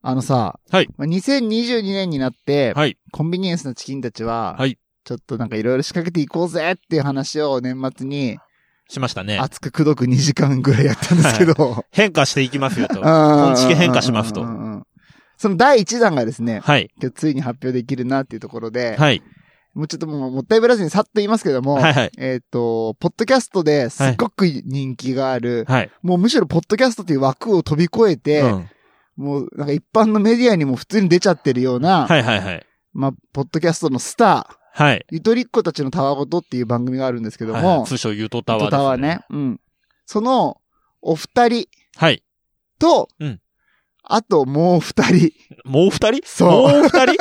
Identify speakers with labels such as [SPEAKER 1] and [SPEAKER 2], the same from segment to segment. [SPEAKER 1] あのさ、
[SPEAKER 2] はい
[SPEAKER 1] まあ2022年になって、
[SPEAKER 2] はい。
[SPEAKER 1] コンビニエンスのチキンたちは、
[SPEAKER 2] はい
[SPEAKER 1] ちょっとなんかいろいろ仕掛けていこうぜっていう話を年末に
[SPEAKER 2] しましたね。
[SPEAKER 1] 熱くくどく2時間ぐらいやったんですけど、
[SPEAKER 2] 変化していきます よと。
[SPEAKER 1] うん
[SPEAKER 2] トンチキ変化しますと
[SPEAKER 1] うんうんうんその第1弾がですね、
[SPEAKER 2] はい。
[SPEAKER 1] 今日ついに発表できるなっていうところで、
[SPEAKER 2] はい。
[SPEAKER 1] もうちょっともうもったいぶらずにさっと言いますけども、
[SPEAKER 2] はいはい。
[SPEAKER 1] えっ、と、ポッドキャストですごく人気がある、
[SPEAKER 2] はい。
[SPEAKER 1] もうむしろポッドキャストという枠を飛び越えて、
[SPEAKER 2] うん。
[SPEAKER 1] もうなんか一般のメディアにも普通に出ちゃってるような、
[SPEAKER 2] はいはいはい。
[SPEAKER 1] まあ、ポッドキャストのスター、
[SPEAKER 2] はい。
[SPEAKER 1] ゆとりっ子たちのたわごとっていう番組があるんですけども、
[SPEAKER 2] はいはい通称ゆとタワー
[SPEAKER 1] ゆ
[SPEAKER 2] で
[SPEAKER 1] と
[SPEAKER 2] す。
[SPEAKER 1] たわね。。うん。その、お二人
[SPEAKER 2] はい。
[SPEAKER 1] と、
[SPEAKER 2] うん
[SPEAKER 1] あともう二人、
[SPEAKER 2] もう二人
[SPEAKER 1] そう
[SPEAKER 2] も う二人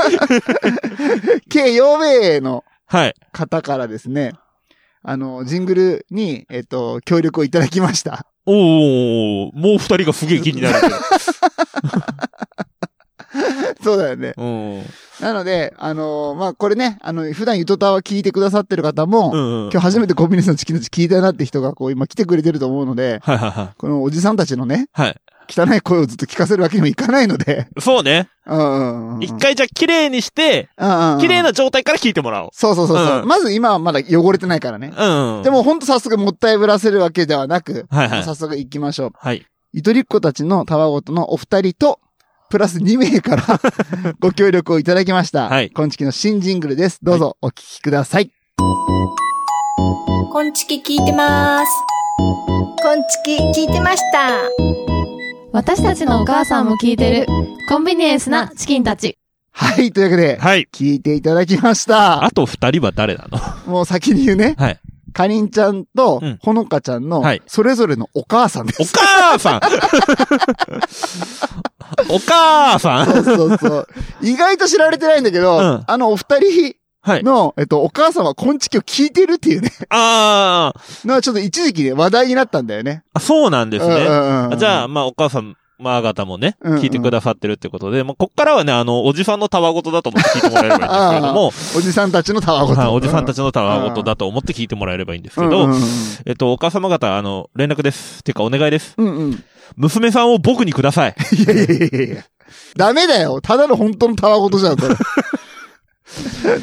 [SPEAKER 1] 計4名の
[SPEAKER 2] はい。
[SPEAKER 1] 方からですね、あの、ジングルに、えっ、と、協力をいただきました。
[SPEAKER 2] おーおーおーもう二人がすげえ気になるけど。
[SPEAKER 1] そうだよね。
[SPEAKER 2] うん。
[SPEAKER 1] なので、あのまあ、これね、あの、普段ゆとたわ聞いてくださってる方も、
[SPEAKER 2] うんうん。
[SPEAKER 1] 今日初めてコンビニエンスのチキンたち聞いたなって人がこう今来てくれてると思うので、
[SPEAKER 2] はいはいは
[SPEAKER 1] このおじさんたちのね、
[SPEAKER 2] い。はい。
[SPEAKER 1] 汚い声をずっと聞かせるわけにもいかないの で、
[SPEAKER 2] そうね。
[SPEAKER 1] うんうんうんうん
[SPEAKER 2] 一回じゃあ綺麗にして、
[SPEAKER 1] うんうん
[SPEAKER 2] 綺麗な状態から聞いてもらおう。
[SPEAKER 1] そうそうそうそう、
[SPEAKER 2] うん
[SPEAKER 1] まず今はまだ汚れてないからね。
[SPEAKER 2] うんうん。
[SPEAKER 1] で、もほんと早速もったいぶらせるわけではなく、
[SPEAKER 2] はいはい
[SPEAKER 1] 早速行きましょう。
[SPEAKER 2] はい。
[SPEAKER 1] ゆとりっ子たちのたわごとのお二人と、プラス2名から ご協力をいただきました。
[SPEAKER 2] はい
[SPEAKER 1] 今月の新ジングルです。どうぞお聞きください。
[SPEAKER 3] こんちき聞いてます。こんちき聞いてました。
[SPEAKER 4] 私たちのお母さんも聞いてる、コンビニエンスなチキンたち。
[SPEAKER 1] はい、というわけで、
[SPEAKER 2] はい。
[SPEAKER 1] 聞いていただきました。
[SPEAKER 2] あと二人は誰 なのは
[SPEAKER 1] もう先に言うね、
[SPEAKER 2] い。
[SPEAKER 1] かりんちゃんと
[SPEAKER 2] うん
[SPEAKER 1] ほのかちゃんの
[SPEAKER 2] はい、
[SPEAKER 1] それぞれのお母さんです。
[SPEAKER 2] お母さん お母さん
[SPEAKER 1] そうそうそう。意外と知られてないんだけど、
[SPEAKER 2] うん
[SPEAKER 1] あのお二人
[SPEAKER 2] はい。
[SPEAKER 1] の、えっと、お母さんはこんちきを聞いてるっていうね、
[SPEAKER 2] あー
[SPEAKER 1] のはちょっと一時期ね、話題になったんだよね。
[SPEAKER 2] あ、そうなんです
[SPEAKER 1] うんう
[SPEAKER 2] ね。
[SPEAKER 1] んうんうん
[SPEAKER 2] じゃあ、、まあ、お母さん、まあ、方もね、
[SPEAKER 1] うんうん
[SPEAKER 2] 聞いてくださってるってことで、まあ、こっからはね、あの、おじさんのたわごとだと思って聞いてもらえればいいんですけれども、
[SPEAKER 1] おじさんたちのたわご
[SPEAKER 2] はい、
[SPEAKER 1] と。
[SPEAKER 2] おじさんたちのたわご
[SPEAKER 1] う
[SPEAKER 2] と
[SPEAKER 1] ん
[SPEAKER 2] だと思って聞いてもらえればいいんですけ
[SPEAKER 1] うんうん
[SPEAKER 2] ど、
[SPEAKER 1] うん
[SPEAKER 2] えっと、お母様方、あの、連絡です。っていうか、お願いです。
[SPEAKER 1] うんうん。い
[SPEAKER 2] 娘さんを僕にください。
[SPEAKER 1] やいやいやいや。ダメだよ。ただの本当のたわごとじゃん、 それ。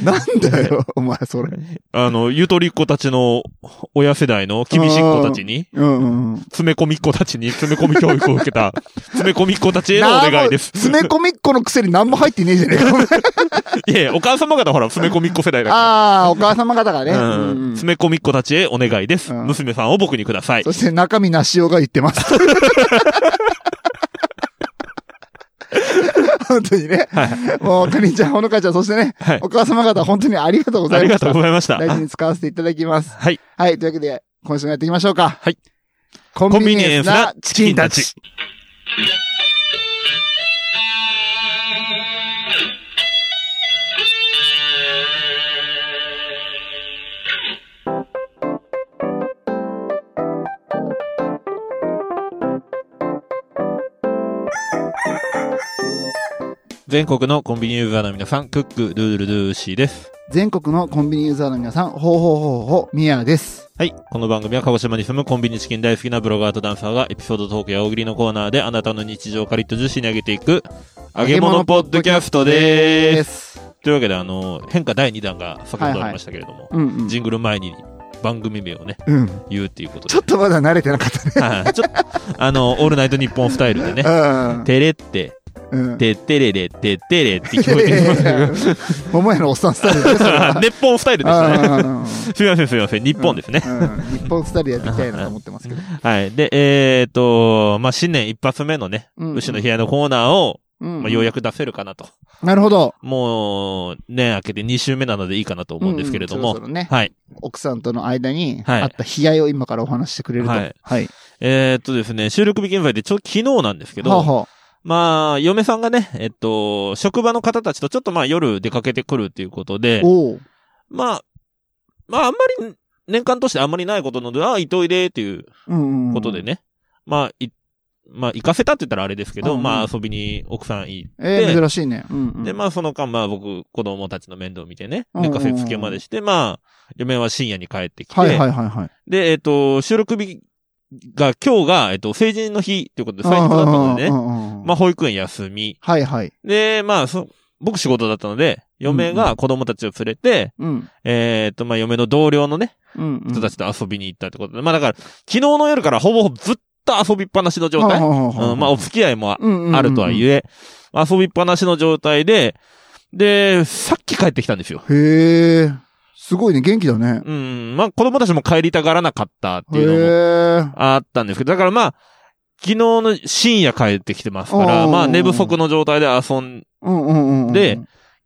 [SPEAKER 1] なんだよ、お前、それ。
[SPEAKER 2] あの、ゆとりっ子たちの親世代の厳しい子たちに、
[SPEAKER 1] うんうんうん。
[SPEAKER 2] 詰め込みっ子たちに詰め込み教育を受けた、詰め込みっ子たちへのお願いです。
[SPEAKER 1] 詰め込みっこのくせに何も入ってねえじゃねえかお前。
[SPEAKER 2] いやいや、お母様方ほら、詰め込みっ子世代だか
[SPEAKER 1] ああ、お母様方がね。
[SPEAKER 2] ら。
[SPEAKER 1] うん
[SPEAKER 2] うん
[SPEAKER 1] うん
[SPEAKER 2] 詰め込みっ子たちへお願いです。
[SPEAKER 1] うん
[SPEAKER 2] 娘さんを僕にください
[SPEAKER 1] そ。して中身なしおが言って ます。本当にね。もう、かりんちゃん、ほのかちゃん、そしてね、
[SPEAKER 2] はい
[SPEAKER 1] お母様方、本当にありがとうござ
[SPEAKER 2] あ
[SPEAKER 1] い
[SPEAKER 2] り
[SPEAKER 1] ま
[SPEAKER 2] が
[SPEAKER 1] した
[SPEAKER 2] とう。ございました。
[SPEAKER 1] 大事に使わせていただきます。
[SPEAKER 2] はい。
[SPEAKER 1] はい、というわけで、今週もやっていきましょうか。
[SPEAKER 2] はい。
[SPEAKER 1] コ
[SPEAKER 2] コ
[SPEAKER 1] ン
[SPEAKER 2] ン
[SPEAKER 1] ビ
[SPEAKER 2] ビ
[SPEAKER 1] ニ
[SPEAKER 2] ニ
[SPEAKER 1] エ
[SPEAKER 2] エ
[SPEAKER 1] ン
[SPEAKER 2] ン
[SPEAKER 1] ス
[SPEAKER 2] ス
[SPEAKER 1] な
[SPEAKER 2] な
[SPEAKER 1] チ
[SPEAKER 2] チ
[SPEAKER 1] キ
[SPEAKER 2] キ
[SPEAKER 1] ン
[SPEAKER 2] ン
[SPEAKER 1] た
[SPEAKER 2] た
[SPEAKER 1] ち
[SPEAKER 2] ち。全国のコンビニユーザーの皆さん、クック、ドゥールドゥーシーです。
[SPEAKER 1] 全国のコンビニユーザーの皆さん、ほうほうほうほう、みやです。
[SPEAKER 2] はい。この番組は鹿児島に住むコンビニチキン大好きなブロガーとダンサーがエピソードトークや大喜利のコーナーであなたの日常をカリッとジューシーに上げていく揚げ物ポッドキャストでーす。
[SPEAKER 1] す。
[SPEAKER 2] というわけで、あの、変化第2弾が先ほどありましたけれども、
[SPEAKER 1] うんうん。
[SPEAKER 2] ジングル前に番組名をね、
[SPEAKER 1] うん。
[SPEAKER 2] 言うっていうことで
[SPEAKER 1] ちょっとまだ慣れてなかったね。
[SPEAKER 2] はいちょっと、あの、オールナイトニッポンスタイルでね、てれって、
[SPEAKER 1] うん。うん。
[SPEAKER 2] てってれれ、てってれって聞こえ
[SPEAKER 1] い
[SPEAKER 2] てきま
[SPEAKER 1] や
[SPEAKER 2] す
[SPEAKER 1] い
[SPEAKER 2] け
[SPEAKER 1] やいや
[SPEAKER 2] ど、
[SPEAKER 1] 桃屋のおっさんスタイルです。
[SPEAKER 2] ネッポンスタイルでしたね。
[SPEAKER 1] うんうんうん
[SPEAKER 2] すみません、すみません、日本ですね。
[SPEAKER 1] うん日本スタイルやっていきたいなと思って ますけど。
[SPEAKER 2] はい。で、えーっと、まあ、新年一発目のね、
[SPEAKER 1] うん
[SPEAKER 2] 牛の部屋のコーナーを、
[SPEAKER 1] うん
[SPEAKER 2] まあ、ようやく出せるかなと。
[SPEAKER 1] なるほど。
[SPEAKER 2] もう、年明けて2週目なのでいいかなと思うんですけれど
[SPEAKER 1] うんそ
[SPEAKER 2] も
[SPEAKER 1] ろそ。ろね、
[SPEAKER 2] はい。
[SPEAKER 1] 奥さんとの間に
[SPEAKER 2] はい
[SPEAKER 1] あった悲哀を今からお話ししてくれると。
[SPEAKER 2] はい
[SPEAKER 1] はい。
[SPEAKER 2] えーっとですね、収録日現在でちょ、昨日なんですけ
[SPEAKER 1] はあ
[SPEAKER 2] ど、
[SPEAKER 1] はあ
[SPEAKER 2] まあ、嫁さんがね、えっと、職場の方たちとちょっとまあ夜出かけてくるっていうことで、
[SPEAKER 1] おう
[SPEAKER 2] まあ、まああんまり、年間としてあんまりないことなので、ああ、いといでっていう
[SPEAKER 1] うんうん。
[SPEAKER 2] ことで。ね、まあ、い、まあ、行かせたって言ったらあれですけど、
[SPEAKER 1] うんうん
[SPEAKER 2] まあ遊びに奥さん行って、
[SPEAKER 1] ええ、珍しいね。うんうん。
[SPEAKER 2] で、まあその間、まあ僕、子供たちの面倒を見てね、
[SPEAKER 1] うんうん
[SPEAKER 2] 寝
[SPEAKER 1] うん
[SPEAKER 2] かせつけまでして、まあ、嫁は深夜に帰ってきて、
[SPEAKER 1] はいはいはいはい。
[SPEAKER 2] で、えっと、収録日が、今日が、えっと、成人の日ということで、最
[SPEAKER 1] うん
[SPEAKER 2] 高だったの
[SPEAKER 1] う
[SPEAKER 2] でね。
[SPEAKER 1] んうんうん
[SPEAKER 2] まあ、保育園休み。
[SPEAKER 1] はいはい。
[SPEAKER 2] で、まあ、そ、僕仕事だったので、嫁が子供たちを連れて、
[SPEAKER 1] うん。
[SPEAKER 2] えーっと、まあ、嫁の同僚のね、
[SPEAKER 1] うん、うん。
[SPEAKER 2] 人たちと遊びに行ったってことで、まあ、だから、昨日の夜からほぼほぼずっと遊びっぱなしの状態。うん、まあ、お付き合いもああるとはい
[SPEAKER 1] え。
[SPEAKER 2] え、遊びっぱなしの状態で、で、さっき帰ってきたんですよ。
[SPEAKER 1] へえ。すごいね、元気だね。
[SPEAKER 2] うん、まあ子供たちも帰りたがらなかったって
[SPEAKER 1] へ
[SPEAKER 2] いうのも
[SPEAKER 1] え。
[SPEAKER 2] あったんですけど、だからまあ、昨日の深夜帰ってきてますか
[SPEAKER 1] うんうん
[SPEAKER 2] ら、
[SPEAKER 1] うん
[SPEAKER 2] まあ寝不足の状態で遊ん
[SPEAKER 1] うんうんうんうん。
[SPEAKER 2] で、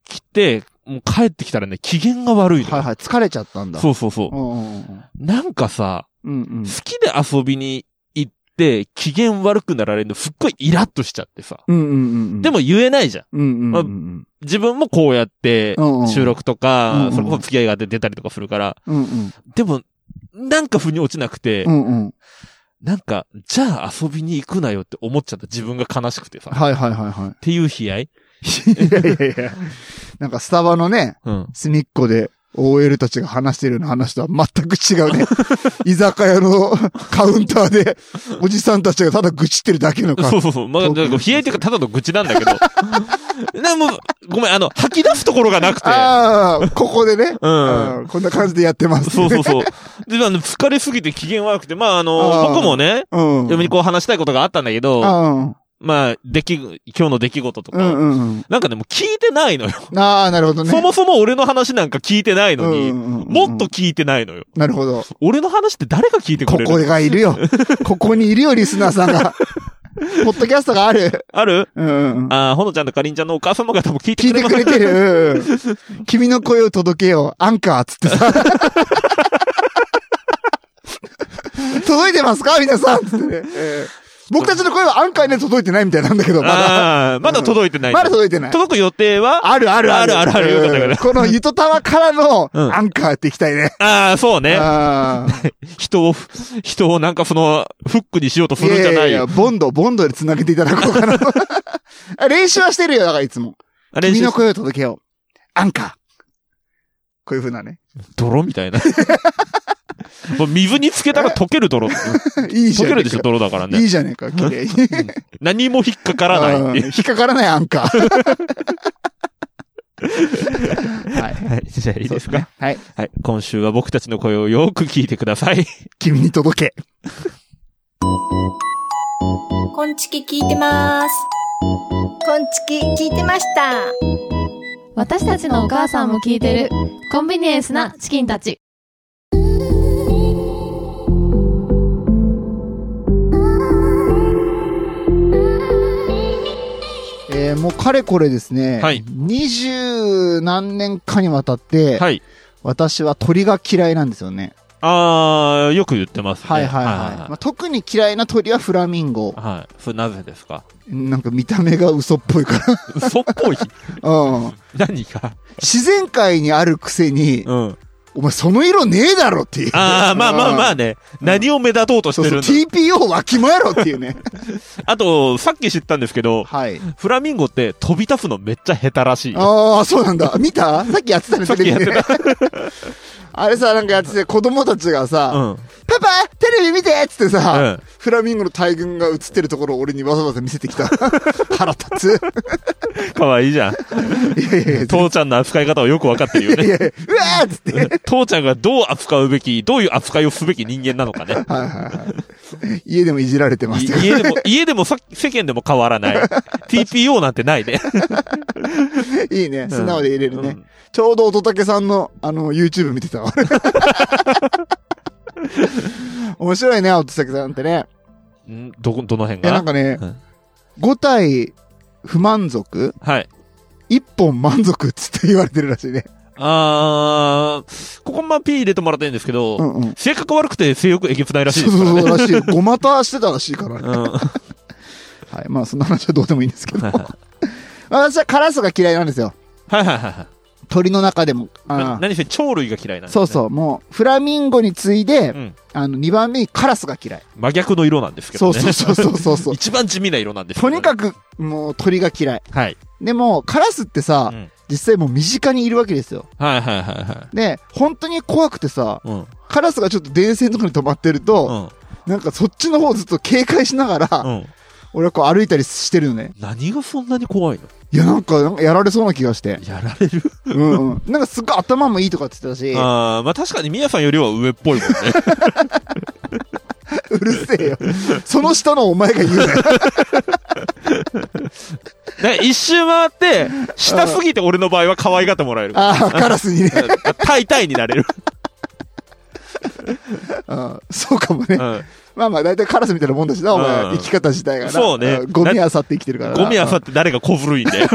[SPEAKER 2] きて、もう帰ってきたらね、機嫌が悪いのよ
[SPEAKER 1] はいはい、疲れちゃったんだ。
[SPEAKER 2] そうそうそう。
[SPEAKER 1] うんうんうん
[SPEAKER 2] なんかさ、
[SPEAKER 1] うんうん
[SPEAKER 2] 好きで遊びに行って、機嫌悪くなられるのすっごいイラッとしちゃってさ。
[SPEAKER 1] うんうんうんうん。
[SPEAKER 2] でも言えないじゃん。
[SPEAKER 1] うんうんうん
[SPEAKER 2] 自分もこうやって
[SPEAKER 1] うんうん、
[SPEAKER 2] 収録と
[SPEAKER 1] うんう
[SPEAKER 2] か
[SPEAKER 1] ん、
[SPEAKER 2] それこそ付き合いがあって出たりとかするから、
[SPEAKER 1] うんうん。
[SPEAKER 2] でも、なんか腑に落ちなくて
[SPEAKER 1] う、んうん。
[SPEAKER 2] なんか、じゃあ遊びに行くなよって思っちゃった自分が悲しくてさ。っ
[SPEAKER 1] はいはいはいは
[SPEAKER 2] ていう悲哀
[SPEAKER 1] い。い やいやいや。なんかスタバのね、
[SPEAKER 2] うん。
[SPEAKER 1] 隅っこで OL たちが話してるような話とは全く違 うね。居酒屋のカウンターで、おじさんたちがただ愚痴ってるだけのか。
[SPEAKER 2] そうそうそう。まあ、なんか悲哀というかただの愚痴なん だけど。でもう、ごめん、あの、吐き出すところがなくて。
[SPEAKER 1] ああ、ここでね。
[SPEAKER 2] うん
[SPEAKER 1] うんこんな感じでやってます。
[SPEAKER 2] そうそうそう。で、あの、疲れすぎて機嫌悪くて、まあ、あ
[SPEAKER 1] あー
[SPEAKER 2] の、僕もね、
[SPEAKER 1] うん。
[SPEAKER 2] 嫁にこう話したいことがあったんだけど、
[SPEAKER 1] あ
[SPEAKER 2] まあ、出来、今日の出来事と
[SPEAKER 1] あ、うん
[SPEAKER 2] か、
[SPEAKER 1] うん
[SPEAKER 2] なんかでも聞いてないのよ。
[SPEAKER 1] うん。ああ、なるほどね。
[SPEAKER 2] そもそも俺の話なんか聞いてないのに、
[SPEAKER 1] うんうんうんうん
[SPEAKER 2] もっと聞いてないのよ。
[SPEAKER 1] なるほど。
[SPEAKER 2] 俺の話って誰が聞いてく
[SPEAKER 1] こ
[SPEAKER 2] れる
[SPEAKER 1] こがいる よ。ここにいるよ、リスナーさんが。ポッドキャストがある。
[SPEAKER 2] ある
[SPEAKER 1] うんうんうん。
[SPEAKER 2] ああ、ほのちゃんとかりんちゃんのお母様方も聞いて
[SPEAKER 1] 聞い
[SPEAKER 2] く
[SPEAKER 1] て
[SPEAKER 2] れま
[SPEAKER 1] くれ
[SPEAKER 2] す
[SPEAKER 1] てる。 うん君の声を届けよう。アンカーっつってさ。届いてますか皆さんっつってね。えー僕たちの声はアンカーには届いてないみたいなんだけど、まだ。
[SPEAKER 2] ああ、まだ届いてない。
[SPEAKER 1] まだ届いてない。
[SPEAKER 2] 届く予定は
[SPEAKER 1] あるあるある。
[SPEAKER 2] あるあるあるよかったよかっ
[SPEAKER 1] うんこのゆとたわからの
[SPEAKER 2] うん
[SPEAKER 1] アンカーっていきたいね。
[SPEAKER 2] ああ、そうね。
[SPEAKER 1] あー
[SPEAKER 2] 人を、人をなんかその、フックにしようとするんじゃないよ。
[SPEAKER 1] ボンド、ボンドで繋げていただこうかな。あ 練習はしてるよ、だからいつも。
[SPEAKER 2] あれ
[SPEAKER 1] 君の声を届けよう。アンカー。こういう風なね。
[SPEAKER 2] 泥みたいな。もう水につけたら溶ける 泥。溶
[SPEAKER 1] いいじゃ
[SPEAKER 2] け
[SPEAKER 1] ね
[SPEAKER 2] る
[SPEAKER 1] え
[SPEAKER 2] でしょ、
[SPEAKER 1] か。
[SPEAKER 2] 泥だから
[SPEAKER 1] い
[SPEAKER 2] ね。
[SPEAKER 1] いじゃねえか、綺麗に。
[SPEAKER 2] 何も引っかからないってい う
[SPEAKER 1] うん引っかからないアンカー。はい。
[SPEAKER 2] はい、じゃあいいですか
[SPEAKER 1] そうねはい。
[SPEAKER 2] はい。今週は僕たちの声をよく聞いてください。
[SPEAKER 1] 君に届け。
[SPEAKER 3] こんちき聞いてます。こんちき聞いてました。
[SPEAKER 4] 私たちのお母さんも聞いてるコンビニエンスなチキンたち
[SPEAKER 1] えーもうかれこれですね。
[SPEAKER 2] はい
[SPEAKER 1] 二十何年かにわたって、
[SPEAKER 2] はい。
[SPEAKER 1] 私は鳥が嫌いなんですよね。
[SPEAKER 2] ああ、よく言ってますね。
[SPEAKER 1] はいはいはい。まあ、特に嫌いな鳥はフラミンゴ
[SPEAKER 2] い。。はい。それなぜですか
[SPEAKER 1] なんか見た目が嘘っぽいから。
[SPEAKER 2] 嘘っぽい
[SPEAKER 1] うん。
[SPEAKER 2] 何か
[SPEAKER 1] 自然界にあるくせに、
[SPEAKER 2] うん。
[SPEAKER 1] お前その色ねえだろっていう。
[SPEAKER 2] ああ、まあまあまあ
[SPEAKER 1] あ。
[SPEAKER 2] ね。何を目立とうとし
[SPEAKER 1] そ
[SPEAKER 2] て
[SPEAKER 1] う
[SPEAKER 2] るん
[SPEAKER 1] そう、
[SPEAKER 2] だ
[SPEAKER 1] TPO わきまえろっていう ね。
[SPEAKER 2] あと、さっき知ったんですけど、
[SPEAKER 1] はい。
[SPEAKER 2] フラミンゴって飛び立つのめっちゃ下手らしい。
[SPEAKER 1] ああ、そうなん だ。見たさっきやってたね、
[SPEAKER 2] さっきやってた
[SPEAKER 1] テレビ でねあれさ、なんかやってて、子供たちが
[SPEAKER 2] う
[SPEAKER 1] さ、
[SPEAKER 2] ん。
[SPEAKER 1] パパテレビ見てっつってさ、
[SPEAKER 2] うん
[SPEAKER 1] フラミンゴの大群が映ってるところを俺にわざわざ見せてき た。腹立つ。
[SPEAKER 2] かわいいじゃん。
[SPEAKER 1] いやいやいや。
[SPEAKER 2] 父ちゃんの扱い方をよくわかってるよ
[SPEAKER 1] いや
[SPEAKER 2] ね。
[SPEAKER 1] いや、うわーっつって。
[SPEAKER 2] 父ちゃんがどう扱うべき、どういう扱いをすべき人間なの かね。
[SPEAKER 1] はいはいはい。家でもいじられてます
[SPEAKER 2] い
[SPEAKER 1] けど
[SPEAKER 2] 家でも、家でもさ世間でも変わ らない。TPO なんてないね。
[SPEAKER 1] いいね。素直で入れるね。
[SPEAKER 2] うん
[SPEAKER 1] ちょうど乙武さんの、あの、YouTube 見て たわ。面白いね、乙武さんってね。
[SPEAKER 2] んどこ、どの辺
[SPEAKER 1] いや、なん
[SPEAKER 2] が
[SPEAKER 1] かね
[SPEAKER 2] うん、
[SPEAKER 1] 5体不満足
[SPEAKER 2] はい。
[SPEAKER 1] 1本満足っつって言われてるらしいね。
[SPEAKER 2] あー、ここまあ P 入れてもらっていいんですけど、
[SPEAKER 1] うんうん。
[SPEAKER 2] 性格悪くて性欲えげつないらし
[SPEAKER 1] そ
[SPEAKER 2] いで
[SPEAKER 1] う
[SPEAKER 2] す
[SPEAKER 1] そ
[SPEAKER 2] か
[SPEAKER 1] うそ
[SPEAKER 2] らね。
[SPEAKER 1] うらしいよ。ごまたしてたらしいからね。
[SPEAKER 2] うん。
[SPEAKER 1] はい。まあ、そんな話はどうでもいいんですけど
[SPEAKER 2] はいはい。
[SPEAKER 1] 私はカラスが嫌いなんですよ。
[SPEAKER 2] はいはいはいはい。
[SPEAKER 1] 鳥の中でも。
[SPEAKER 2] な
[SPEAKER 1] あー
[SPEAKER 2] 何せ鳥類が嫌いなんです、
[SPEAKER 1] そうそう。もう、フラミンゴに次いで
[SPEAKER 2] う、ん。
[SPEAKER 1] あの、2番目にカラスが嫌い。
[SPEAKER 2] 真逆の色なんですけ
[SPEAKER 1] そ
[SPEAKER 2] ど
[SPEAKER 1] う
[SPEAKER 2] ね。
[SPEAKER 1] そうそうそうそう そう。
[SPEAKER 2] 一番地味な色なんです
[SPEAKER 1] とにか
[SPEAKER 2] く。
[SPEAKER 1] く、もう鳥が嫌い。
[SPEAKER 2] はい。
[SPEAKER 1] でも、カラスってさ、
[SPEAKER 2] うん
[SPEAKER 1] 実際もう身近にいるわけですよ。
[SPEAKER 2] はいはいはいはい。
[SPEAKER 1] で、本当に怖くてさ、
[SPEAKER 2] うん。
[SPEAKER 1] カラスがちょっと電線とかに止まってると、
[SPEAKER 2] うん。
[SPEAKER 1] なんかそっちの方をずっと警戒しながら、
[SPEAKER 2] うん。
[SPEAKER 1] 俺はこう歩いたりしてるのね。
[SPEAKER 2] 何がそんなに怖いの
[SPEAKER 1] いや、なんか、なんかやられそうな気がして。
[SPEAKER 2] やられる
[SPEAKER 1] うんうん。なんかすっごい頭もいいとかって言ってたし、
[SPEAKER 2] ああ、まあ確かにミヤさんよりは上っぽ いもんね。
[SPEAKER 1] うるせえよ。その下のお前が言う なよ。
[SPEAKER 2] だから一周回って、下すぎて俺の場合は可愛がってもらえる。
[SPEAKER 1] ああ、カラスにね。
[SPEAKER 2] あタイタイになれる。
[SPEAKER 1] うんそうかもね。
[SPEAKER 2] うん
[SPEAKER 1] まあまあ、大体カラスみたいなもんだしな、お前。
[SPEAKER 2] うん
[SPEAKER 1] 生き方自体がな。
[SPEAKER 2] そうね
[SPEAKER 1] んゴミ漁って生きてるからな。
[SPEAKER 2] ゴミ漁
[SPEAKER 1] うん
[SPEAKER 2] って誰が小ぶるいんだよ。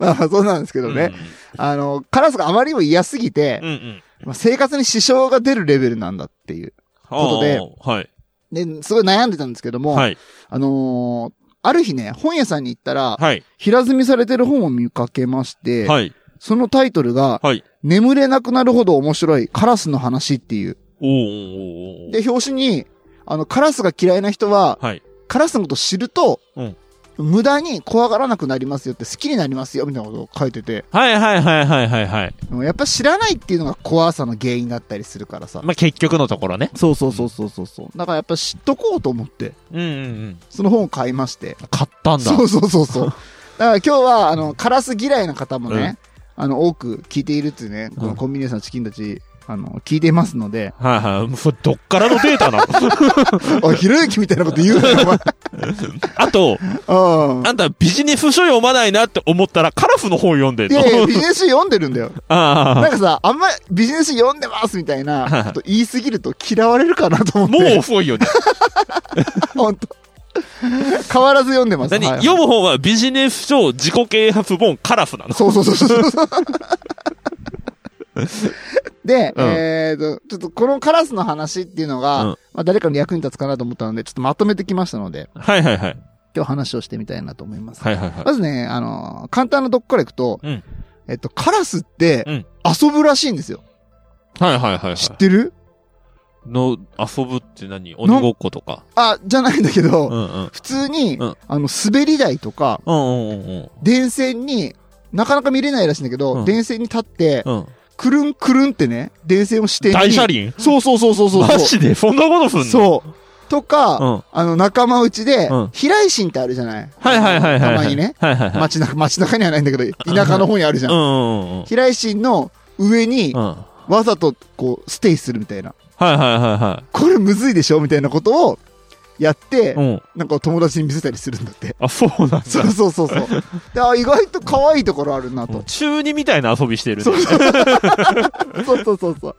[SPEAKER 1] まあまあ、そうなんですけ
[SPEAKER 2] う
[SPEAKER 1] ど
[SPEAKER 2] ん
[SPEAKER 1] ね。あの、カラスがあまりにも嫌すぎて、
[SPEAKER 2] うんうん。
[SPEAKER 1] まあ、生活に支障が出るレベルなんだっていう。ことで
[SPEAKER 2] あーはい。
[SPEAKER 1] で、すごい悩んでたんですけども、
[SPEAKER 2] はい。
[SPEAKER 1] あのーある日ね、本屋さんに行ったら、
[SPEAKER 2] はい。
[SPEAKER 1] 平積みされてる本を見かけまして、
[SPEAKER 2] はい。
[SPEAKER 1] そのタイトルが、
[SPEAKER 2] はい。
[SPEAKER 1] 眠れなくなるほど面白いカラスの話っていう。
[SPEAKER 2] おーおーおーおー
[SPEAKER 1] で、表紙に、あの、カラスが嫌いな人は、
[SPEAKER 2] はい。
[SPEAKER 1] カラスのこと知ると、
[SPEAKER 2] うん
[SPEAKER 1] 無駄に怖がらなくなりますよって好きになりますよみたいなことを書いてて、
[SPEAKER 2] はいはいはいはいはいはい。
[SPEAKER 1] でもやっぱ知らないっていうのが怖さの原因だったりするからさ。
[SPEAKER 2] まあ結局のところね。
[SPEAKER 1] そうそうそうそうそうそう。だからやっぱ知っとこうと思って、
[SPEAKER 2] うんうんうん。
[SPEAKER 1] その本を買いまして。
[SPEAKER 2] 買ったんだ。
[SPEAKER 1] そうそう そうそう。だから今日は、あの、カラス嫌いな方もね、あの、多く聞いているっていうね、こ
[SPEAKER 2] うん
[SPEAKER 1] のコンビニエンスのチキンたち、あの、聞いていますので、
[SPEAKER 2] はいはい。もうそれどっからのデータなの
[SPEAKER 1] あ、ひろゆきみたいなこと言うなよ、
[SPEAKER 2] あ
[SPEAKER 1] お
[SPEAKER 2] と、
[SPEAKER 1] 前。うん。
[SPEAKER 2] あんたビジネス書読まないなって思ったらカラフの本読んでん
[SPEAKER 1] い
[SPEAKER 2] の。
[SPEAKER 1] やいや、ビジネス書読んでるんだよ。なん
[SPEAKER 2] あ
[SPEAKER 1] かさ、あんまビジネス書読んでますみたい
[SPEAKER 2] はい
[SPEAKER 1] なこと言いすぎると嫌われるかなと
[SPEAKER 2] あ。
[SPEAKER 1] 思
[SPEAKER 2] も
[SPEAKER 1] っ
[SPEAKER 2] う
[SPEAKER 1] て。
[SPEAKER 2] 遅いよね。
[SPEAKER 1] もう、ほんと。変わらず読んでます。
[SPEAKER 2] 何
[SPEAKER 1] はい
[SPEAKER 2] 読む本はビジネス書自己啓発本カラフなの。
[SPEAKER 1] そうそうそうそうそう。で、
[SPEAKER 2] うん
[SPEAKER 1] えっ、と、ちょっとこのカラスの話っていうのが、
[SPEAKER 2] うん
[SPEAKER 1] まあ、誰かの役に立つかなと思ったので、ちょっとまとめてきましたので、
[SPEAKER 2] はいはいはい。
[SPEAKER 1] 今日話をしてみたいなと思います。
[SPEAKER 2] はいはいはい。
[SPEAKER 1] まずね、あのー簡単なとこからいくと、
[SPEAKER 2] うん
[SPEAKER 1] えっと、カラスって
[SPEAKER 2] うん
[SPEAKER 1] 遊ぶらしいんですよ。
[SPEAKER 2] はいはいはいはい。
[SPEAKER 1] 知ってる
[SPEAKER 2] の、遊ぶって何鬼ごっことか。
[SPEAKER 1] あ、じゃないんだけど、
[SPEAKER 2] うんうん。
[SPEAKER 1] 普通に、
[SPEAKER 2] うん
[SPEAKER 1] あの、滑り台とか、
[SPEAKER 2] うんうんうん
[SPEAKER 1] 電線に、なかなか見れないらしいんだけど、
[SPEAKER 2] うん
[SPEAKER 1] 電線に立って、
[SPEAKER 2] うん。うん。
[SPEAKER 1] くるんくるんってね、電線をして
[SPEAKER 2] 大車輪
[SPEAKER 1] そうそうそうそうそうそう。
[SPEAKER 2] マジでそんなことすんの
[SPEAKER 1] そう。とか、
[SPEAKER 2] うん
[SPEAKER 1] あの、仲間内で、
[SPEAKER 2] うん
[SPEAKER 1] 平井心ってあるじゃない
[SPEAKER 2] はいはいはいはい。
[SPEAKER 1] たまにね。。
[SPEAKER 2] はいはいはい。
[SPEAKER 1] 街中、街中にはないん だけど、田舎の方にあるじゃん。
[SPEAKER 2] うんうんうんうん。
[SPEAKER 1] 平井心の上に
[SPEAKER 2] う、ん。は
[SPEAKER 1] わざと、こう、ステイするみたいな。
[SPEAKER 2] いはいはいは
[SPEAKER 1] これむずいでしょみたいなことを、やって、
[SPEAKER 2] い。うん。
[SPEAKER 1] なんか友達に見せたりするんだって。
[SPEAKER 2] あ、そうなんだ。
[SPEAKER 1] そうそうそうそう。であ、意外と可愛いところあるなと。
[SPEAKER 2] 中二みたいな遊びしてるね。
[SPEAKER 1] そうそうそうそうそう。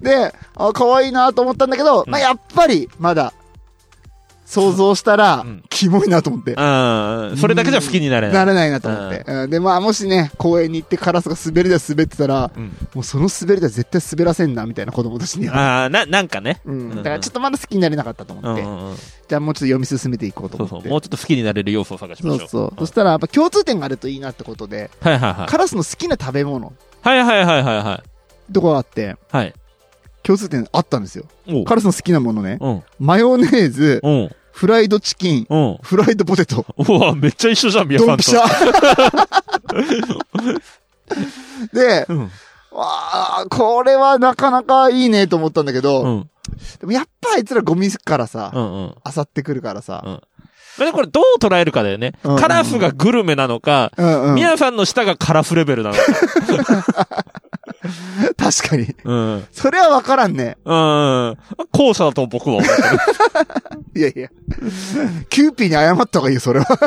[SPEAKER 1] で、あ、可愛いなと思ったんだけど、
[SPEAKER 2] うん
[SPEAKER 1] まあ、やっぱり、まだ、想像したら、
[SPEAKER 2] うん
[SPEAKER 1] キモいなと思って。
[SPEAKER 2] うん。それだけじゃ好きになれない。
[SPEAKER 1] なれないなと思って。うんで、まあ、もしね、公園に行ってカラスが滑り台滑ってたら、
[SPEAKER 2] うん。
[SPEAKER 1] もうその滑り台絶対滑らせんな、みたいな子供たちには。
[SPEAKER 2] ああ、な、なんかね。
[SPEAKER 1] うん。
[SPEAKER 2] うん
[SPEAKER 1] だからちょっとまだ好きになれなかったと
[SPEAKER 2] う
[SPEAKER 1] 思
[SPEAKER 2] ん
[SPEAKER 1] っ
[SPEAKER 2] う
[SPEAKER 1] て。
[SPEAKER 2] んうん。
[SPEAKER 1] じゃあもうちょっと読み進めていこうと
[SPEAKER 2] そ
[SPEAKER 1] 思
[SPEAKER 2] う
[SPEAKER 1] って。
[SPEAKER 2] そう。もうちょっと好きになれる要素を探しましょ。
[SPEAKER 1] そううそうそしたら、やっぱ共通点があるといいなってことで、
[SPEAKER 2] はいはいはい。
[SPEAKER 1] カラスの好きな食べ物、
[SPEAKER 2] はいはいはいはいはい。
[SPEAKER 1] とこがあって、
[SPEAKER 2] はい。
[SPEAKER 1] 共通点あったんですよ。
[SPEAKER 2] おう
[SPEAKER 1] カラスの好きなものね。
[SPEAKER 2] うん。
[SPEAKER 1] マヨネーズ、
[SPEAKER 2] うん。
[SPEAKER 1] フライドチキン、
[SPEAKER 2] うん。
[SPEAKER 1] フライドポテト、
[SPEAKER 2] うわ、めっちゃ一緒じゃん、宮さ
[SPEAKER 1] ド
[SPEAKER 2] んと。
[SPEAKER 1] ンピシャ。 で、
[SPEAKER 2] うん。
[SPEAKER 1] わあ、これはなかなかいいねと思ったんだけど、
[SPEAKER 2] うん。
[SPEAKER 1] でもやっぱあいつらゴミからさ、漁
[SPEAKER 2] うんうん。
[SPEAKER 1] ってくるからさ
[SPEAKER 2] う、んまあ、これどう捉えるかだよね。
[SPEAKER 1] うん
[SPEAKER 2] カラフがグルメなのか、
[SPEAKER 1] うんうん、
[SPEAKER 2] 宮さんの舌がカラフレベル なのか。
[SPEAKER 1] 確かに。
[SPEAKER 2] うん。うん。
[SPEAKER 1] それはわからんね。
[SPEAKER 2] 後者だと僕は思
[SPEAKER 1] いやいや。キューピーに謝った方がいいよ、それは。
[SPEAKER 2] う。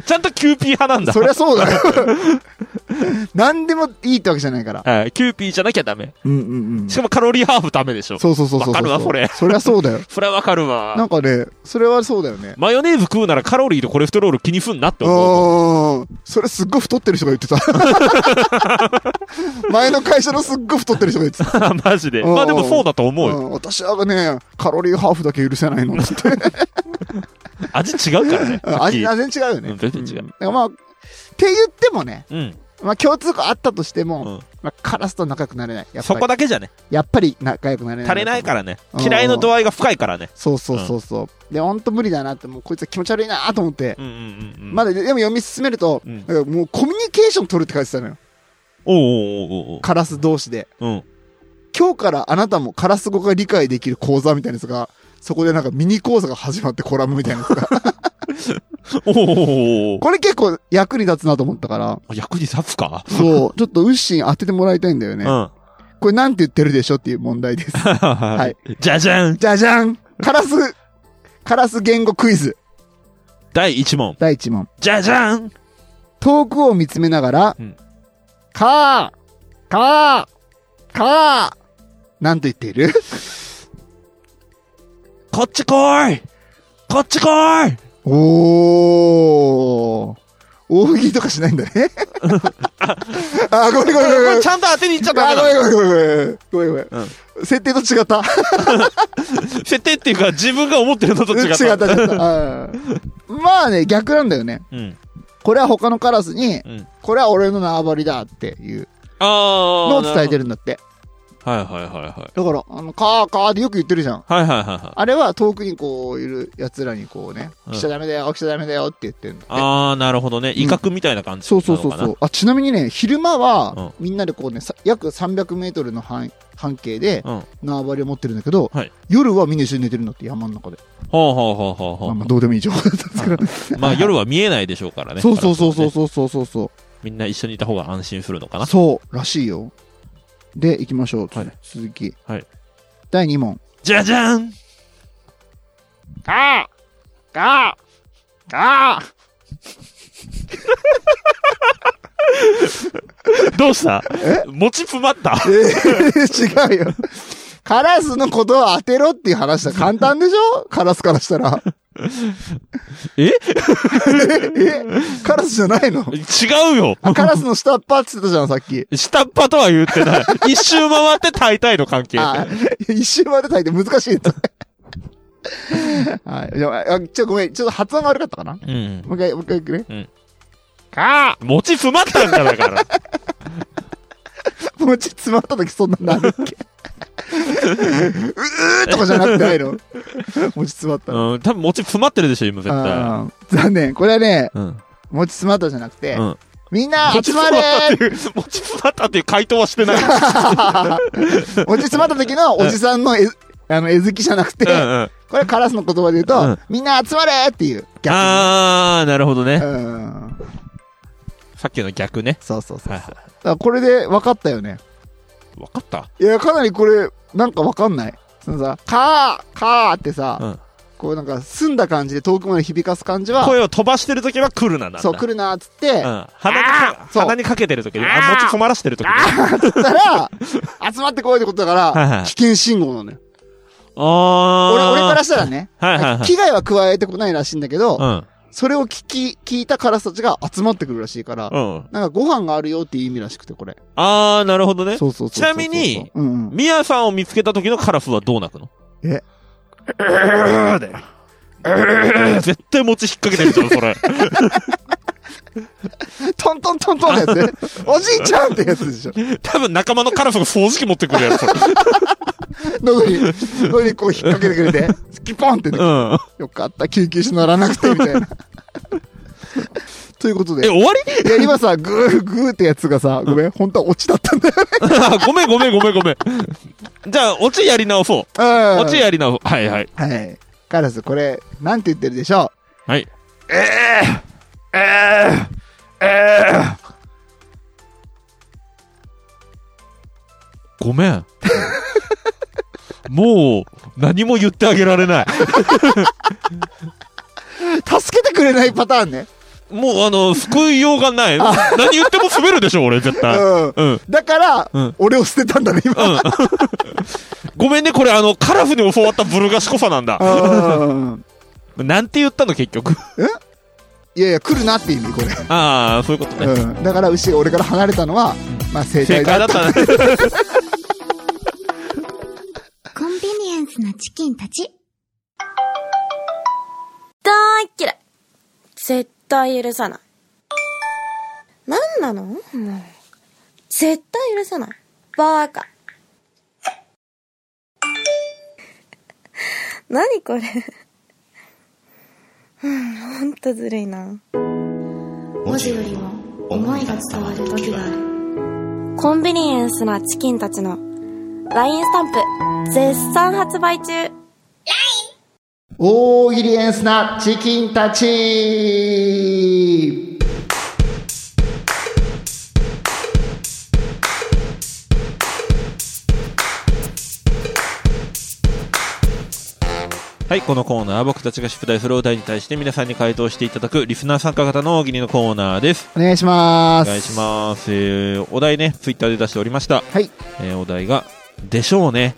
[SPEAKER 2] ちゃんとキューピー派なんだ。
[SPEAKER 1] そりゃそうだよ。何でもいいってわけじゃないから。
[SPEAKER 2] はいキューピーじゃなきゃダメ。
[SPEAKER 1] うんうんうん。
[SPEAKER 2] し
[SPEAKER 1] そ
[SPEAKER 2] かもカロリーハーフダメでしょ。
[SPEAKER 1] うそうそうそうそう。
[SPEAKER 2] わかるわそれ
[SPEAKER 1] そりゃそうだよ。
[SPEAKER 2] それはわかる
[SPEAKER 1] な
[SPEAKER 2] わ。
[SPEAKER 1] んかね、それはそうだよね。
[SPEAKER 2] マヨネーズ食うならカロリーとコレステロール気にすんなって思う。
[SPEAKER 1] おーそれすっごい太ってる人が言 ってた。前の会社のすっごい太ってる人が言ってた。
[SPEAKER 2] マジで。
[SPEAKER 1] うん
[SPEAKER 2] まあでもそうだと思うよ。
[SPEAKER 1] ん、私はね、カロリーハーフだけ許せない のって。
[SPEAKER 2] 味違うからね。はっき
[SPEAKER 1] 味、
[SPEAKER 2] り
[SPEAKER 1] 全然違うよね。
[SPEAKER 2] うん全然違う
[SPEAKER 1] だからまあ、って言ってもね、
[SPEAKER 2] うん。
[SPEAKER 1] まあ共通項あったとしても、
[SPEAKER 2] うん
[SPEAKER 1] まあカラスと仲良くなれない。やっ
[SPEAKER 2] そ
[SPEAKER 1] ぱ
[SPEAKER 2] こ
[SPEAKER 1] り、
[SPEAKER 2] だけじゃね。
[SPEAKER 1] やっぱり仲良くなれない。
[SPEAKER 2] 足りないからね。
[SPEAKER 1] うん
[SPEAKER 2] 嫌いの度合いが深いからね。
[SPEAKER 1] そうそうそうそう。で、ほんと無理だなって、もうこいつは気持ち悪いなと思って、
[SPEAKER 2] うんうんうんうん。
[SPEAKER 1] まだ、でも読み進めると、
[SPEAKER 2] うん
[SPEAKER 1] なんかもうコミュニケーション取るって書いてたのよ。
[SPEAKER 2] おうおうおうおう
[SPEAKER 1] カラス同士で。
[SPEAKER 2] うん。
[SPEAKER 1] 今日からあなたもカラス語が理解できる講座みたいなやつが、そこでなんかミニ講座が始まってコラムみたいなやつが。
[SPEAKER 2] おお
[SPEAKER 1] これ結構役に立つなと思ったから、
[SPEAKER 2] 役に立つか
[SPEAKER 1] そう、ちょっとウッシン当ててもらいたいんだよ
[SPEAKER 2] う
[SPEAKER 1] ね
[SPEAKER 2] ん。。は
[SPEAKER 1] これなんて言ってるでしょっていう問題です。
[SPEAKER 2] い。じゃじゃん
[SPEAKER 1] じゃじゃんカラス、カラス言語クイズ。
[SPEAKER 2] 第1問。
[SPEAKER 1] 第1問。
[SPEAKER 2] じゃじゃん
[SPEAKER 1] 遠くを見つめながら、
[SPEAKER 2] うん
[SPEAKER 1] カー、カー、カー、なんと言っている
[SPEAKER 2] こっち来いこっち来い
[SPEAKER 1] おー。大喜利とかしないん だね。あ、ごめんごめんごめんごめん。
[SPEAKER 2] ちゃんと当てに行っちゃ
[SPEAKER 1] あご
[SPEAKER 2] ダメ
[SPEAKER 1] め
[SPEAKER 2] だ。
[SPEAKER 1] んごめんごめんごめん。ごめんごめん。設定と違った。
[SPEAKER 2] 設定っていうか、自分が思ってるのと違った。
[SPEAKER 1] 違った違った。うんまあね、逆なんだよね。
[SPEAKER 2] うん。
[SPEAKER 1] これは他のカラスに、
[SPEAKER 2] うん。
[SPEAKER 1] これは俺の縄張りだっていう
[SPEAKER 2] ああ。
[SPEAKER 1] のを伝えて
[SPEAKER 2] る。
[SPEAKER 1] るんだって。
[SPEAKER 2] はいはいはいはい。
[SPEAKER 1] だから、あの、カーカーってよく言ってるじゃん。
[SPEAKER 2] はいはいはいはい。
[SPEAKER 1] あれは遠くにこういる奴らにこうね、
[SPEAKER 2] うん
[SPEAKER 1] 来ちゃダメだよ、来ちゃダメだよって言ってるんだって。
[SPEAKER 2] ああ、なるほどね。威嚇みたいな感じ
[SPEAKER 1] そうそうそうそう。あ、ちなみにね、昼間は、
[SPEAKER 2] う
[SPEAKER 1] みんなでこうね、さ約300メートルの範囲半径で
[SPEAKER 2] う。うん。は
[SPEAKER 1] 縄張りを持ってるんだけど、
[SPEAKER 2] はい
[SPEAKER 1] 夜はみんな一緒に寝てるんだって、山の中で。
[SPEAKER 2] あはあはあはあ
[SPEAKER 1] まあ
[SPEAKER 2] は
[SPEAKER 1] まあ、どうでもいい情報だったんですけどね。
[SPEAKER 2] あ。まあ夜は見えないでしょうからね。
[SPEAKER 1] そうそうそうそう
[SPEAKER 2] う。
[SPEAKER 1] そうそうそうそう。
[SPEAKER 2] みんな一緒にいた方が安心するのかな。
[SPEAKER 1] そう、らしいよ。で、行きましょう。
[SPEAKER 2] はい
[SPEAKER 1] 続き。
[SPEAKER 2] はい
[SPEAKER 1] 第2問。
[SPEAKER 2] じゃじゃん
[SPEAKER 1] ガーガーガー
[SPEAKER 2] どうした餅ぷまった
[SPEAKER 1] えー 違うよ。カラスのことを当てろっていう話だ。簡単でしょカラスからしたら。
[SPEAKER 2] え
[SPEAKER 1] えカラスじゃない の
[SPEAKER 2] 違うよ
[SPEAKER 1] あカラスの下っ端って言ったじゃん、さっき。
[SPEAKER 2] 下っ端とは言ってない。一周回って大体の関係。
[SPEAKER 1] あ一周まで炊いて難しいですね。はい。じゃあ、あちょ、ごめん。ちょっと発音が悪かったかな
[SPEAKER 2] うん。
[SPEAKER 1] もう一回、もう一回いくね。
[SPEAKER 2] うん
[SPEAKER 1] か
[SPEAKER 2] 餅詰まったんだだから。
[SPEAKER 1] ーもうち詰まった時そんなんなるっけ うーとかじゃなくてないのもち詰まったの。
[SPEAKER 2] うん、多分餅詰まってるでしょ、今絶対。
[SPEAKER 1] あー残念。これはね、
[SPEAKER 2] うん。
[SPEAKER 1] もち詰まったじゃなくて、
[SPEAKER 2] うん。
[SPEAKER 1] みんな
[SPEAKER 2] 餅
[SPEAKER 1] 集
[SPEAKER 2] 詰
[SPEAKER 1] ま
[SPEAKER 2] まったっ
[SPEAKER 1] れ
[SPEAKER 2] ていう、餅詰まったっていう回答 はしてない。う
[SPEAKER 1] ーもち詰まった時のおじさんのえ、 あの、絵好きじゃなくて、
[SPEAKER 2] んうん。
[SPEAKER 1] これカラスの言葉で言うと、
[SPEAKER 2] うん
[SPEAKER 1] みんな集まれーっていう逆に。
[SPEAKER 2] あー、なるほどね。
[SPEAKER 1] うん。
[SPEAKER 2] さっきの逆ね。
[SPEAKER 1] そうそうそう。
[SPEAKER 2] はい
[SPEAKER 1] だ
[SPEAKER 2] は
[SPEAKER 1] からこれで分かったよね。
[SPEAKER 2] い。わかった
[SPEAKER 1] いや、かなりこれ、なんか分かんない。そのさ、カー、カーってさ、
[SPEAKER 2] うん。
[SPEAKER 1] こうなんか澄んだ感じで遠くまで響かす感じは、
[SPEAKER 2] 声を飛ばしてるときは来るななんだ。
[SPEAKER 1] そう、来るなーっつって、
[SPEAKER 2] うん。鼻にか、
[SPEAKER 1] そう
[SPEAKER 2] 鼻にかけてるときね。あ、餅困らしてるときね。
[SPEAKER 1] ったら、集まってこいってことだから、
[SPEAKER 2] はいはい
[SPEAKER 1] 危険信号なのよ。
[SPEAKER 2] あ
[SPEAKER 1] 俺、俺から
[SPEAKER 2] し
[SPEAKER 1] したらね、
[SPEAKER 2] はいはいはい
[SPEAKER 1] 危害は加えてこないらしいんだけど、
[SPEAKER 2] うん。
[SPEAKER 1] それを聞き、聞いたカラスたちが集まってくるらしいから、
[SPEAKER 2] うん。
[SPEAKER 1] なんかご飯があるよっていう意味らしくて、これ。
[SPEAKER 2] あー、なるほどね。
[SPEAKER 1] そうそうそうそう
[SPEAKER 2] ちなみに
[SPEAKER 1] うんうん。
[SPEAKER 2] ミヤさんを見つけた時のカラスはどう鳴くの
[SPEAKER 1] え
[SPEAKER 2] 絶対餅引っ掛けてるじゃん、それ。
[SPEAKER 1] トントントントンってやつ ね。おじいちゃんってやつでしょ。
[SPEAKER 2] 多分仲間のカラスが掃除機持ってくるやつ。
[SPEAKER 1] 喉に、喉にこう引っ掛けてくれて、スキポンってね、
[SPEAKER 2] うん。
[SPEAKER 1] よかった、救急車乗らなくて、みたいな。ということ
[SPEAKER 2] え、
[SPEAKER 1] で。
[SPEAKER 2] 終わり
[SPEAKER 1] いや、今さ、グー、グーってやつがさ、ごめん、本当はオチだったんだよね。
[SPEAKER 2] ごめんごめんごめんごめん。じゃあ、オチやり直そう。
[SPEAKER 1] うん
[SPEAKER 2] オチやり直そう。はいはい。
[SPEAKER 1] はい。カラス、これ、なんて言ってるでしょ
[SPEAKER 2] はい。えー、えー、えー、ごめん。もう、何も言ってあげられな
[SPEAKER 1] う。
[SPEAKER 2] い。
[SPEAKER 1] 助けてくれないパターンね。
[SPEAKER 2] もう、あの、救いようがない。何言っても滑るでしょ、俺、絶対。
[SPEAKER 1] うん
[SPEAKER 2] うん。
[SPEAKER 1] だから、
[SPEAKER 2] うん
[SPEAKER 1] 俺を捨てたんだね、今。
[SPEAKER 2] ごめんね、これ、あの、カラフに教わったブルガシコさなんだ。
[SPEAKER 1] うん
[SPEAKER 2] なんて言ったの、結局。
[SPEAKER 1] いやいや、来るなって意味、これ。
[SPEAKER 2] ああ、そういうことね。
[SPEAKER 1] うん。だから、牛が俺から離れたのは、まあ、正
[SPEAKER 2] 正
[SPEAKER 1] 解
[SPEAKER 2] 解
[SPEAKER 1] だ
[SPEAKER 2] だ
[SPEAKER 1] っ。
[SPEAKER 2] ったたね。
[SPEAKER 3] コンビニエンスなチキンたち。大っ嫌い。
[SPEAKER 5] 絶対許さない。なんなのもう。絶対許さない。バーカ。 何これ。 うん、ほんとずるいな。
[SPEAKER 6] 文字よりも思いが伝わる時がある
[SPEAKER 5] コンビニエンスなチキンたちの LINE スタンプ、絶賛発売中
[SPEAKER 7] 大喜利エンスなチキンたち
[SPEAKER 2] はい、このコーナーは僕たちが宿題するお題に対して皆さんに回答していただくリスナー参加型の大喜利のコーナーです。
[SPEAKER 1] お願いしま
[SPEAKER 2] お
[SPEAKER 1] す。
[SPEAKER 2] 願いします。えー、お題ね、ツイッターで出しておりました。
[SPEAKER 1] はい。
[SPEAKER 2] えー、お題が、でしょうね。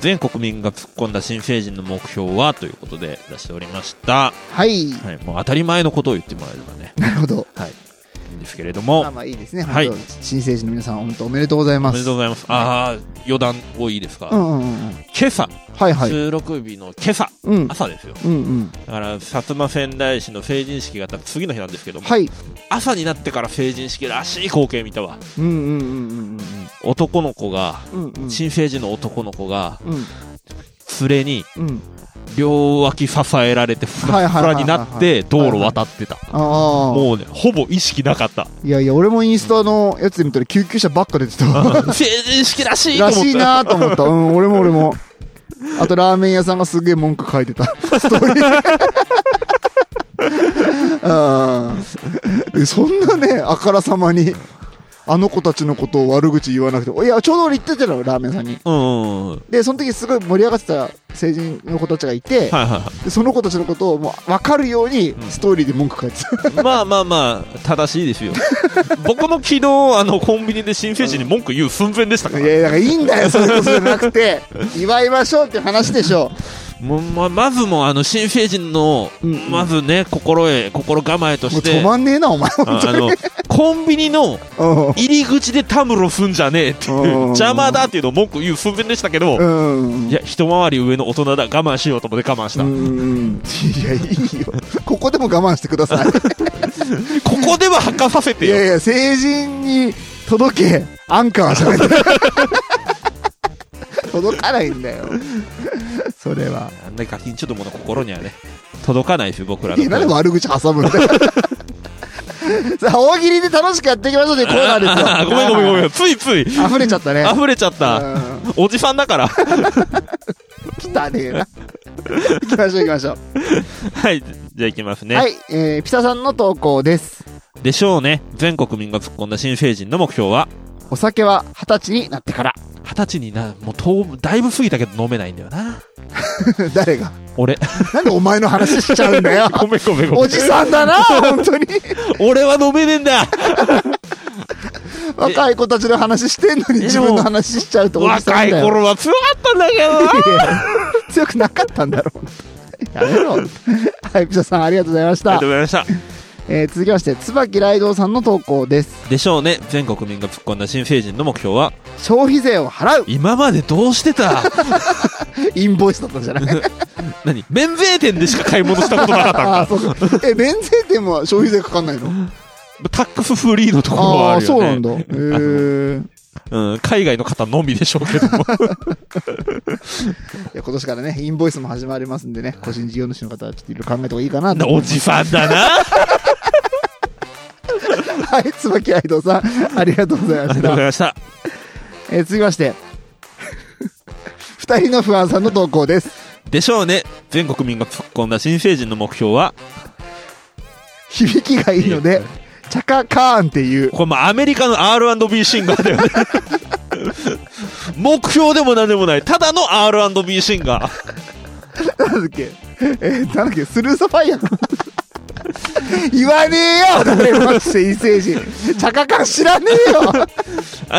[SPEAKER 2] 全国民が突っ込んだ新成人の目標はということで出しておりました。
[SPEAKER 1] はい。
[SPEAKER 2] はい、もう当たり前のことを言ってもらえれば ね。
[SPEAKER 1] なるほど。
[SPEAKER 2] はい。いいんですけれど
[SPEAKER 1] まあ
[SPEAKER 2] も、
[SPEAKER 1] まあいいですね。
[SPEAKER 2] はい
[SPEAKER 1] 本当新成人の皆さん、本当おめでとうござい
[SPEAKER 2] お
[SPEAKER 1] ま
[SPEAKER 2] め
[SPEAKER 1] す。
[SPEAKER 2] でとうございます。ああ、余談をいいですか。
[SPEAKER 1] うんうんうんうん。
[SPEAKER 2] 今朝、
[SPEAKER 1] はいはい。
[SPEAKER 2] 収録日の今朝、
[SPEAKER 1] うん。
[SPEAKER 2] 朝ですよ。
[SPEAKER 1] うんうん。
[SPEAKER 2] だから、薩摩仙台市の成人式があった次の日なんですけども、
[SPEAKER 1] はい。
[SPEAKER 2] 朝になってから成人式らしい光景見たわ。
[SPEAKER 1] うんうんうんうん
[SPEAKER 2] 男の子が、
[SPEAKER 1] うんうん。うんうん。
[SPEAKER 2] 新成人の男の子が、
[SPEAKER 1] うん
[SPEAKER 2] 連れに
[SPEAKER 1] うん。
[SPEAKER 2] 両脇支えられて、ふ
[SPEAKER 1] はい
[SPEAKER 2] ら
[SPEAKER 1] はい
[SPEAKER 2] ふ
[SPEAKER 1] はい
[SPEAKER 2] ら
[SPEAKER 1] はい
[SPEAKER 2] になって道路渡ってた。
[SPEAKER 1] ああ。
[SPEAKER 2] もうね、ほぼ意識なかった。
[SPEAKER 1] いやいや、俺もインスタのやつで見たら救急車ばっか出てたわ。
[SPEAKER 2] 成人式らしいと
[SPEAKER 1] ら
[SPEAKER 2] 思っ
[SPEAKER 1] しい
[SPEAKER 2] て。
[SPEAKER 1] なと思った。うん、俺も俺も。あと、ラーメン屋さんがすげえ文句書いてた。ストーリー。うん。そんなね、あからさまに、あの子たちのことを悪口言わなくて、いや、ちょうど俺行ってたの、ラーメン屋さんに。
[SPEAKER 2] うんうんうん。はい
[SPEAKER 1] で、その時すごい盛り上がってた成人の子たちがいて、
[SPEAKER 2] はいはい。
[SPEAKER 1] でその子たちのことをもう分かるように
[SPEAKER 2] うん、
[SPEAKER 1] ストーリーで文句書いてた。
[SPEAKER 2] まあまあまあ、正しいですよ。僕も昨日、あの、コンビニで新成人に文句言う寸前でしたか
[SPEAKER 1] い
[SPEAKER 2] ら。
[SPEAKER 1] や、だからいいんだよ、そういうことじゃなく て、祝いましょうっていう話でしょ。
[SPEAKER 2] もうままずもうあの、新成人の、
[SPEAKER 1] うんうん
[SPEAKER 2] まずね、心得、心構えと
[SPEAKER 1] もう
[SPEAKER 2] して、
[SPEAKER 1] 止まんねえな、お前、本
[SPEAKER 2] あ
[SPEAKER 1] 当
[SPEAKER 2] あ
[SPEAKER 1] に
[SPEAKER 2] の。、コンビニの
[SPEAKER 1] うん
[SPEAKER 2] 入り口でたむろすんじゃねえっていう
[SPEAKER 1] うんうんうん、
[SPEAKER 2] 邪魔だっていうのを文句言う寸前でしたけど、
[SPEAKER 1] うん
[SPEAKER 2] いや、一回り上の大人だ、我慢しようと思って我慢した。
[SPEAKER 1] う
[SPEAKER 2] こ
[SPEAKER 1] んいやいいよここでも我慢してください
[SPEAKER 2] こでは吐かさせて
[SPEAKER 1] いや
[SPEAKER 2] よ。
[SPEAKER 1] いや成人に届けアンカーじゃない 届かないんだよそれは
[SPEAKER 2] あんなガキンちょっともの心にはね、届かないですよ、僕ら
[SPEAKER 1] いやなんで
[SPEAKER 2] の。
[SPEAKER 1] 悪口挟むんだよさあ大喜利で楽しくやっていきましょうというコーナーです
[SPEAKER 2] あー
[SPEAKER 1] よ
[SPEAKER 2] ごめんごめんごめん、ついつい、
[SPEAKER 1] ん溢れちゃったね
[SPEAKER 2] 溢れちゃった。
[SPEAKER 1] うん
[SPEAKER 2] おじさんだから。
[SPEAKER 1] 汚ねえな行きましょう行きましょう、
[SPEAKER 2] はい。じゃあ行きますね。
[SPEAKER 1] はい、えー、ピサさんの投稿です
[SPEAKER 2] でしょうね。全国民が突っ込んだ新成人の目標は、
[SPEAKER 1] お酒は二十歳になってから
[SPEAKER 2] 二十歳にな、もうとう、だいぶ過ぎたけど飲めないんだよな。
[SPEAKER 1] 誰が
[SPEAKER 2] 俺。
[SPEAKER 1] なんでお前の話しちゃうんだよ
[SPEAKER 2] ごめんごめんごめ ん。
[SPEAKER 1] おじさんだ な、本当に。
[SPEAKER 2] 俺は飲めねえんだ
[SPEAKER 1] 若い子たちの話してんのに自分の話しちゃうとおじさ
[SPEAKER 2] 若
[SPEAKER 1] ん
[SPEAKER 2] い
[SPEAKER 1] だよ。
[SPEAKER 2] 頃は強かったんだけ
[SPEAKER 1] い
[SPEAKER 2] ど
[SPEAKER 1] や強くなかったんだろう。やめ ろ。はい、ピザさんありがとうございまし
[SPEAKER 2] ありが
[SPEAKER 1] た
[SPEAKER 2] とう。ございました。
[SPEAKER 1] えー続きまして、椿ライドウさんの投稿です。
[SPEAKER 2] でしょうね。全国民が突っ込んだ新成人の目標は、
[SPEAKER 1] 消費税を払う
[SPEAKER 2] 今までどうしてた
[SPEAKER 1] インボイスだったんじゃ ない
[SPEAKER 2] 何免税店でしか買い物したことなかった
[SPEAKER 1] ああ、
[SPEAKER 2] んだ。
[SPEAKER 1] そうか。え、免税店は消費税かかんないの
[SPEAKER 2] タックスフリーのところは
[SPEAKER 1] あ
[SPEAKER 2] あ
[SPEAKER 1] あ、
[SPEAKER 2] る
[SPEAKER 1] そう
[SPEAKER 2] よね。
[SPEAKER 1] なんだ。へえ。
[SPEAKER 2] うん、海外の方のみでしょうけども。
[SPEAKER 1] いや今年からね、インボイスも始まりますんでね、個人事業主の方はちょっといろいろ考えた方がいいかなと
[SPEAKER 2] おじさんだな。
[SPEAKER 1] はい、椿ライドウさん、ありがとうござい
[SPEAKER 2] あ
[SPEAKER 1] ま
[SPEAKER 2] り
[SPEAKER 1] し
[SPEAKER 2] がとうご
[SPEAKER 1] た
[SPEAKER 2] ざい。ました。
[SPEAKER 1] えー続きまして、 二人の不安さんの投稿です。
[SPEAKER 2] でしょうね。全国民が突っ込んだ新成人の目標は、
[SPEAKER 1] 響きがいいので、チャカカーンっていう、
[SPEAKER 2] これもうアメリカの R&B シンガーだよね。目標でも何でもない。ただの R&B シンガー。
[SPEAKER 1] なんだっけ、 えーなんだっけ、スルーサファイア かな言わねえよ誰もマジで異星人。チャカカーン知らねえよ
[SPEAKER 2] あ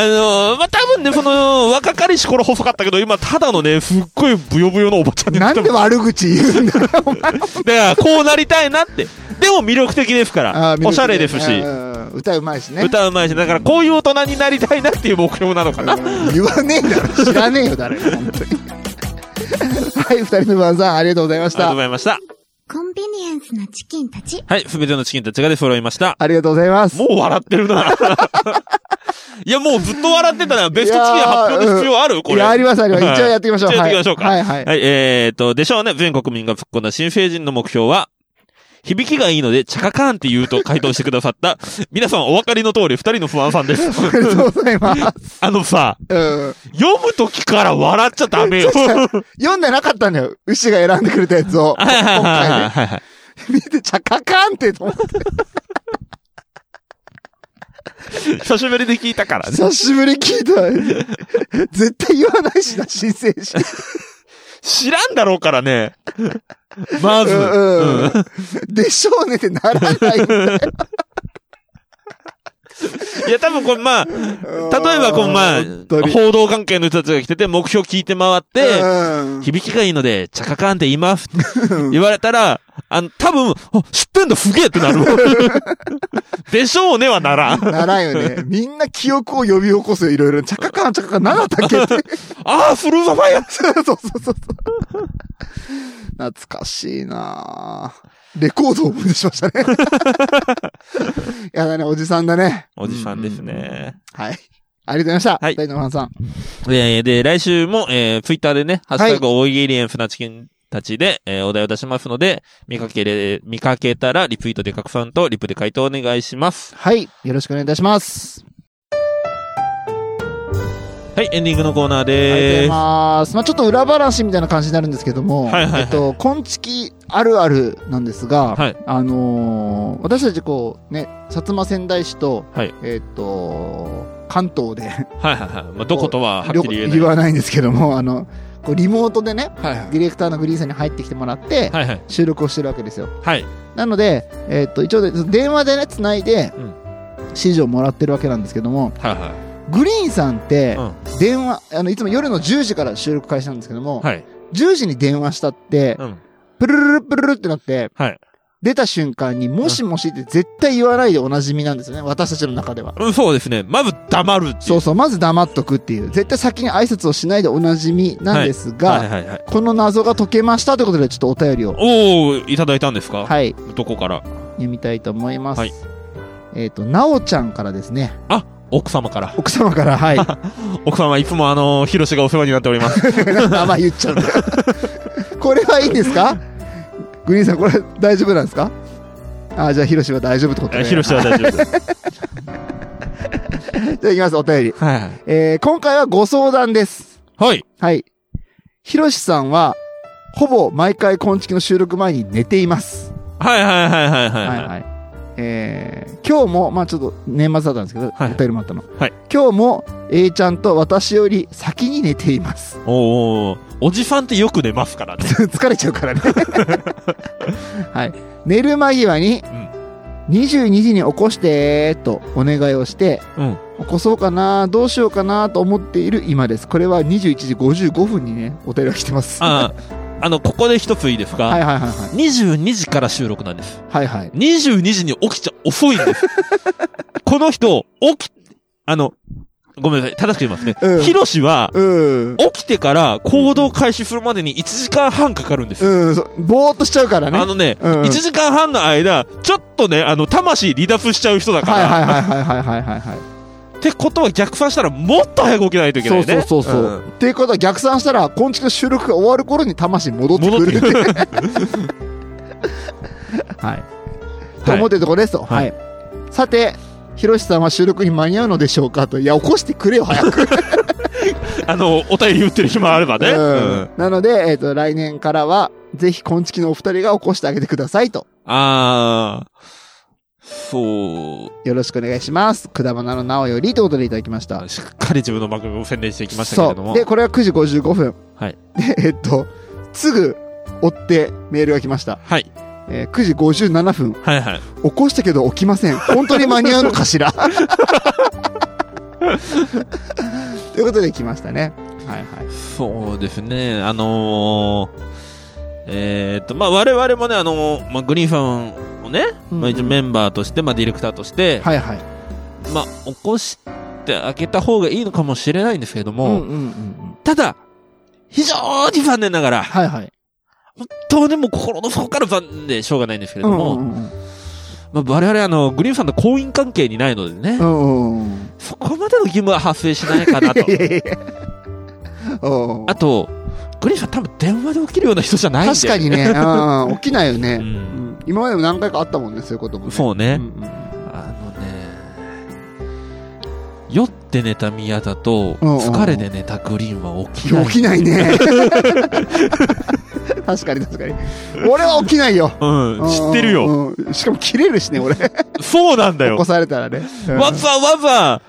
[SPEAKER 2] のー、まあ、多分ね、その、若かりし頃細かったけど、今、ただのね、すっごいブヨブヨのおばちゃんにな
[SPEAKER 1] な
[SPEAKER 2] って
[SPEAKER 1] ん
[SPEAKER 2] ま
[SPEAKER 1] です悪口言うん だよ。
[SPEAKER 2] だから、こうなりたいなって。でも魅力的ですから。おしゃれですし
[SPEAKER 1] う。ん歌うまいしね。
[SPEAKER 2] 歌うまいし、だからこういう大人になりたいなっていう目標なのかな。
[SPEAKER 1] 言わねえだろ。知らねえよ、誰も。 本当にはい、二人の不安さん、ありがとうございまし
[SPEAKER 2] ありがと
[SPEAKER 1] た
[SPEAKER 2] うご。ざいました。
[SPEAKER 6] コンビニエンスなチキンたち。
[SPEAKER 2] はい、すべてのチキンたちがで揃いました。
[SPEAKER 1] ありがとうございます。
[SPEAKER 2] もう笑って るな。いや、もうずっと笑ってたら、ベストチキン発表の必要あるこれ。
[SPEAKER 1] いや、あります、あります。一応やっていきましょう。
[SPEAKER 2] 一応やっていきましょうか
[SPEAKER 1] はい、はい、はい。
[SPEAKER 2] はい、えーっと、でしょうね。全国民が突っ込んだ新成人の目標は、響きがいいので、チャカカーンって言うと回答してくださった。 皆さんお分かりの通り、二人の不安さんです。
[SPEAKER 1] ありがとうございます。
[SPEAKER 2] あのさ、
[SPEAKER 1] うん。
[SPEAKER 2] 読むときから笑っちゃダメ よ。
[SPEAKER 1] 読んでなかったんだよ。牛が選んでくれたやつを。今
[SPEAKER 2] はいはいはい
[SPEAKER 1] 回
[SPEAKER 2] はいはい。
[SPEAKER 1] で。見て、チャカカンってと思って。
[SPEAKER 2] 久しぶりで聞いたからね。
[SPEAKER 1] 久しぶりに聞いた。絶対言わないしな、新成人。
[SPEAKER 2] 知らんだろうからね。まず。
[SPEAKER 1] うんう
[SPEAKER 2] うん
[SPEAKER 1] ん。でしょうねってならないんだよ。
[SPEAKER 2] いや、多分これまあ、例えばこうまあ
[SPEAKER 1] 本当、に
[SPEAKER 2] 報道関係の人たちが来てて、目標聞いて回って、
[SPEAKER 1] うん
[SPEAKER 2] 響きがいいので、チャカカンって言います。言われたら、あの、多分、あ知ってんだ、すげえっ てなる。でしょうねはならん。あ
[SPEAKER 1] ならんよね。みんな記憶を呼び起こすよ、いろいろ。チャカカン、チャカカン、何だったっけって。
[SPEAKER 2] あー、フルーザファイア
[SPEAKER 1] そうそうそうそう。懐かしいなぁレコードを思い出しましたね。 やだね、おじさんだね。
[SPEAKER 2] おじさんですね。
[SPEAKER 1] はい。ありがとうございました。
[SPEAKER 2] はい
[SPEAKER 1] 二人のファンさん。
[SPEAKER 2] で、で、来週も、えー、ツイッターでね、ハッシュタグ、大喜利エンフナチキンたちで、えー、お題を出しますので、見かけれ、見かけたら、リツイートで拡散と、リプで回答お願いします。
[SPEAKER 1] はい。よろしくお願いいたします。
[SPEAKER 2] はい、エンディングのコーナー
[SPEAKER 1] ありがとうござい
[SPEAKER 2] でーす。
[SPEAKER 1] ます。まあちょっと裏話みたいな感じになるんですけども、
[SPEAKER 2] はいはいはい
[SPEAKER 1] えっと、昆虫あるあるなんですが、
[SPEAKER 2] はい
[SPEAKER 1] あのー私たちこう、ね、薩摩仙台市と、
[SPEAKER 2] はい
[SPEAKER 1] えっと、関東で、
[SPEAKER 2] はいはいはい。まあ、どことははっき り言えない。
[SPEAKER 1] 言わないんですけども、あの、こうリモートでね、
[SPEAKER 2] はいはい。
[SPEAKER 1] ディレクターのグリーンさんに入ってきてもらって、
[SPEAKER 2] はいはい。
[SPEAKER 1] 収録をしてるわけですよ。
[SPEAKER 2] はい。
[SPEAKER 1] なので、えっと、一応で、電話でね、つないで
[SPEAKER 2] うん、
[SPEAKER 1] 指示をもらってるわけなんですけども、
[SPEAKER 2] はいは
[SPEAKER 1] グリーンさんって
[SPEAKER 2] い。う、ん。
[SPEAKER 1] 電話、あの、いつも夜の10時から収録開始なんですけども、
[SPEAKER 2] はい。
[SPEAKER 1] 10時に電話したって、
[SPEAKER 2] うん。
[SPEAKER 1] プルルルプルルってなって、
[SPEAKER 2] はい。
[SPEAKER 1] 出た瞬間に、もしもしって絶対言わないでおなじみなんですよね、私たちの中では。
[SPEAKER 2] うん、そうですね。まず黙るっていう。
[SPEAKER 1] そうそう、まず黙っとくっていう、絶対先に挨拶をしないでおなじみなんですが、
[SPEAKER 2] はいはいはい。
[SPEAKER 1] この謎が解けましたということで、ちょっとお便りを、
[SPEAKER 2] おー、いただいたんですか
[SPEAKER 1] はい、
[SPEAKER 2] どこから
[SPEAKER 1] 読みたいと思います。
[SPEAKER 2] はい
[SPEAKER 1] えっ、と、なおちゃんからですね、
[SPEAKER 2] あ、奥様から。
[SPEAKER 1] 奥様から、はい、
[SPEAKER 2] 奥様いつもあのー、ヒロシがお世話になっておりま す。
[SPEAKER 1] 名前言っちゃうんだよこれはいいんですかグリーンさん、これ大丈夫なんですかあ、じゃあ、ヒロシは大丈夫ってこと
[SPEAKER 2] あ
[SPEAKER 1] ね。
[SPEAKER 2] ヒロシは大丈夫です。
[SPEAKER 1] じゃあ、いきます、お便り。
[SPEAKER 2] はいはい。
[SPEAKER 1] えー今回はご相談です。
[SPEAKER 2] はい。
[SPEAKER 1] はい。ヒロシさんは、ほぼ毎回、昆虫の収録前に寝ています。
[SPEAKER 2] はいはいはいはいはい。
[SPEAKER 1] はいはい。えー今日も、まあちょっと年末だったんですけど、
[SPEAKER 2] はい
[SPEAKER 1] お便りもあったの。
[SPEAKER 2] はい
[SPEAKER 1] 今日も、A ちゃんと私より先に寝ています。
[SPEAKER 2] おーおーおじさんってよく寝ますか らね。
[SPEAKER 1] 疲れちゃうからね。はい。寝る間際に、22時に起こして、とお願いをして、
[SPEAKER 2] うん。
[SPEAKER 1] 起こそうかな、どうしようかなと思っている今です。これは21時55分にね、お便りが来てます。
[SPEAKER 2] あー、あの、ここで一ついいですか
[SPEAKER 1] はい
[SPEAKER 2] い。
[SPEAKER 1] はいはいはい。
[SPEAKER 2] 22時から収録なんです。
[SPEAKER 1] はいはい。
[SPEAKER 2] 22時に起きちゃ遅いん です。この人、起き、あの、ごめんなさい、正しく言いますね
[SPEAKER 1] うん。
[SPEAKER 2] ヒロシは、
[SPEAKER 1] うん。
[SPEAKER 2] 起きてから行動開始するまでに1時間半かかるんですよ。
[SPEAKER 1] うん、そうぼーっとしちゃうからね。
[SPEAKER 2] あのね、
[SPEAKER 1] うん
[SPEAKER 2] 1時間半の間、ちょっとね、あの、魂離脱しちゃう人だから、
[SPEAKER 1] はいはいはいはいはいはいはいはい。
[SPEAKER 2] ってことは逆算したらもっと早く起き ないといけないね。
[SPEAKER 1] そうそうそうそう、
[SPEAKER 2] ん
[SPEAKER 1] っていうことは逆算したら、昆虫の収録が終わる頃に魂戻ってくるって。 はい。と思ってるところですと。は
[SPEAKER 2] はい
[SPEAKER 1] い。さて、ひろしさんは収録に間に合うのでしょうかと。いや、起こして くれよ、早く。
[SPEAKER 2] あの、お便り言ってる暇あればね。
[SPEAKER 1] うん
[SPEAKER 2] うん
[SPEAKER 1] なので、えっ、と、来年からは、ぜひ昆虫のお二人が起こしてあげてくださいと。
[SPEAKER 2] あー、そう。
[SPEAKER 1] よろしくお願いします。くだばなのなおよりということでいただきました。
[SPEAKER 2] しっかり自分の番組を宣伝していきましたけれども。
[SPEAKER 1] そうで、これは9時55分。
[SPEAKER 2] はい。
[SPEAKER 1] で、えっと、すぐ追ってメールが来ました。
[SPEAKER 2] はい。
[SPEAKER 1] えー9時57分。
[SPEAKER 2] はいはい。
[SPEAKER 1] 起こしたけど起きません。本当に間に合うのかし ら。ということで来ましたね。はいはい。
[SPEAKER 2] そうですね。あのー、えーっと、まあ、我々もね、あのーまあ、グリーンさんをね、まあ、一応メンバーとして、まあ、ディレクターとして、
[SPEAKER 1] はいはい。
[SPEAKER 2] まあ、起こしてあげた方がいいのかもしれないんですけれど
[SPEAKER 1] う
[SPEAKER 2] も、
[SPEAKER 1] んうんうん。
[SPEAKER 2] ただ、非常に残念ながら、
[SPEAKER 1] はいはい。
[SPEAKER 2] 本当にもう心の底から残念でしょうがないんですけれ
[SPEAKER 1] う
[SPEAKER 2] ど
[SPEAKER 1] ん
[SPEAKER 2] も、
[SPEAKER 1] うんうん
[SPEAKER 2] まあ、我々あの、グリーンさんと婚姻関係にないのでね、
[SPEAKER 1] うんうん。
[SPEAKER 2] そこまでの義務は発生しないかなと
[SPEAKER 1] い。やいやいや。おうおう
[SPEAKER 2] あと、グリーンさん多分電話で起きるような人じゃないんだよ
[SPEAKER 1] 確かにね、 うん、起きないよね、
[SPEAKER 2] う
[SPEAKER 1] うんん今までも何回かあったもんね、そういうことも、ね。
[SPEAKER 2] そうね
[SPEAKER 1] んん
[SPEAKER 2] あのね、酔って寝た宮田と、
[SPEAKER 1] うんうん
[SPEAKER 2] 疲れて寝たグリーンは起き
[SPEAKER 1] い
[SPEAKER 2] な
[SPEAKER 1] や
[SPEAKER 2] い。
[SPEAKER 1] 起きないね。 確かに確かに。俺は起きないよ。
[SPEAKER 2] うん、知ってるよ。
[SPEAKER 1] うん。うんしかも切れるしね、俺。起
[SPEAKER 2] そうなんだよ
[SPEAKER 1] こ。されたらね。うん
[SPEAKER 2] わざわざ、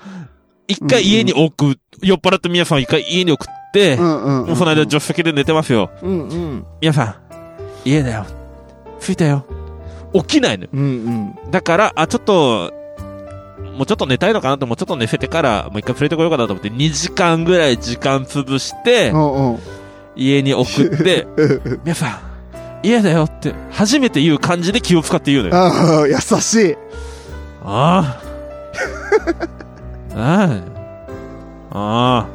[SPEAKER 2] 一回家に置く、酔っ払った宮さんを一回家に送って、
[SPEAKER 1] うんうん
[SPEAKER 2] もうその間助手席で寝てますよ。
[SPEAKER 1] うんうん。
[SPEAKER 2] 宮さん、家だよ。着いたよ。起きないのよ。
[SPEAKER 1] うんうん。
[SPEAKER 2] だから、あ、ちょっと、もうちょっと寝たいのかなと、もうちょっと寝せてから、もう一回連れてこようかなと思って、2時間ぐらい時間潰して、
[SPEAKER 1] うんうん。
[SPEAKER 2] 家に送 って、皆さん、家だよって、初めて言う感じで気を使って言うのよ。
[SPEAKER 1] ああ、優しい。
[SPEAKER 2] あ あ。ああ。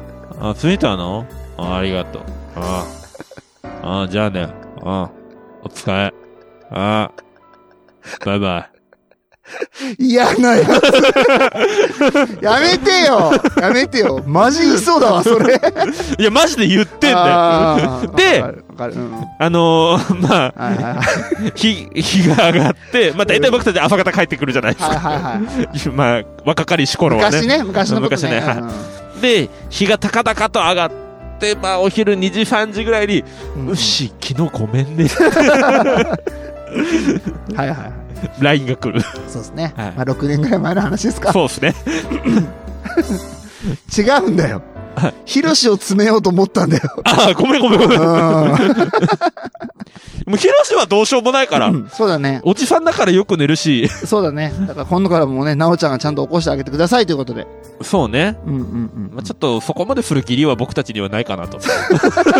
[SPEAKER 2] ああ。着いたのああありがとう。ああ。ああ、じゃあね。ああ。お疲れ。ああ。バイバ
[SPEAKER 1] 嫌なやつ。 やめてよ。やめてよ。マジ言いそうだわ、それ。
[SPEAKER 2] イ。いや、マジで言ってんだよ。
[SPEAKER 1] あー
[SPEAKER 2] で
[SPEAKER 1] わかるわかる。うんうん
[SPEAKER 2] あのー、まあ、
[SPEAKER 1] はいはいはい。
[SPEAKER 2] 日、日が上がって、まあ大体僕たち朝方帰ってくるじゃないです
[SPEAKER 1] はい
[SPEAKER 2] か。
[SPEAKER 1] はい はい。
[SPEAKER 2] まあ、若かりし頃はね。
[SPEAKER 1] 昔ね、昔のことね。
[SPEAKER 2] 昔ねはい
[SPEAKER 1] うん
[SPEAKER 2] で、日が高々と上がって、まあ、お昼2時、3時ぐらいに、
[SPEAKER 1] う
[SPEAKER 2] うんっし、昨日ごめんね。
[SPEAKER 1] はいはいはい。
[SPEAKER 2] LINE が 来る。
[SPEAKER 1] そうですね。
[SPEAKER 2] はい
[SPEAKER 1] まあ6年ぐらい前の話ですか。
[SPEAKER 2] そうですね。
[SPEAKER 1] 違うんだよ。ヒロシを詰めようと思ったんだよ。
[SPEAKER 2] ああ、ごめんごめんごめん。も
[SPEAKER 1] う
[SPEAKER 2] う、ヒロシはどうしようもないから。
[SPEAKER 1] ん。そうだね。
[SPEAKER 2] おじさんだからよく寝る し。
[SPEAKER 1] そうだね。だから今度からもね、なおちゃんがちゃんと起こしてあげてくださいということで。
[SPEAKER 2] そうね。
[SPEAKER 1] うんうんうん。
[SPEAKER 2] まあ、ちょっと、そこまでする義理は僕たちにはないかなと。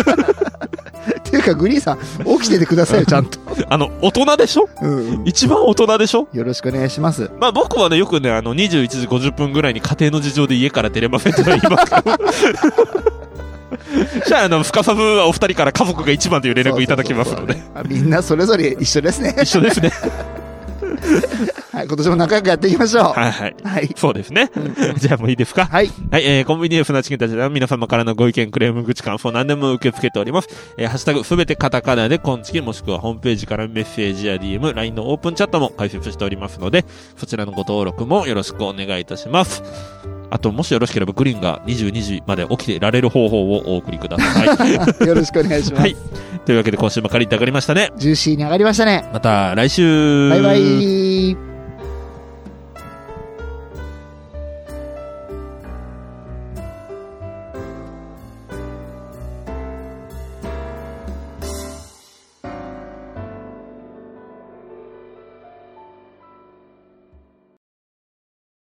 [SPEAKER 1] っていうか、グリーンさん、起きててくださいよ、ちゃんと。
[SPEAKER 2] あの、大人でしょ
[SPEAKER 1] うんうん。
[SPEAKER 2] 一番大人でしょ
[SPEAKER 1] よろしくお願いします。
[SPEAKER 2] まあ僕はね、よくね、あの、21時50分ぐらいに家庭の事情で家から出れませんとか言いますけど。 じゃあ、あの、深さぶはお二人から家族が一番という連絡いただきますので。
[SPEAKER 1] そうそうそうそう。あみんなそれぞれ一緒ですね。
[SPEAKER 2] 一緒ですね。
[SPEAKER 1] はい、今年も仲良くやっていきましょう。
[SPEAKER 2] はいはい。
[SPEAKER 1] はい。
[SPEAKER 2] そうですね。じゃあもういいですか
[SPEAKER 1] はい。
[SPEAKER 2] はい、えー、コンビニエンスなチキンたちでは皆様からのご意見、クレーム、口感想何でも受け付けております。えー、ハッシュタグすべてカタカナで、コンチキもしくはホームページからメッセージや DM、LINE のオープンチャットも開設しておりますので、そちらのご登録もよろしくお願いいたします。あと、もしよろしければグリーンが22時まで起きていられる方法をお送りください。は
[SPEAKER 1] よろしくお願いします。
[SPEAKER 2] い。というわけで今週も借りて上がりましたね。
[SPEAKER 1] ジューシーに上がりましたね。
[SPEAKER 2] また来週
[SPEAKER 1] バイバイ。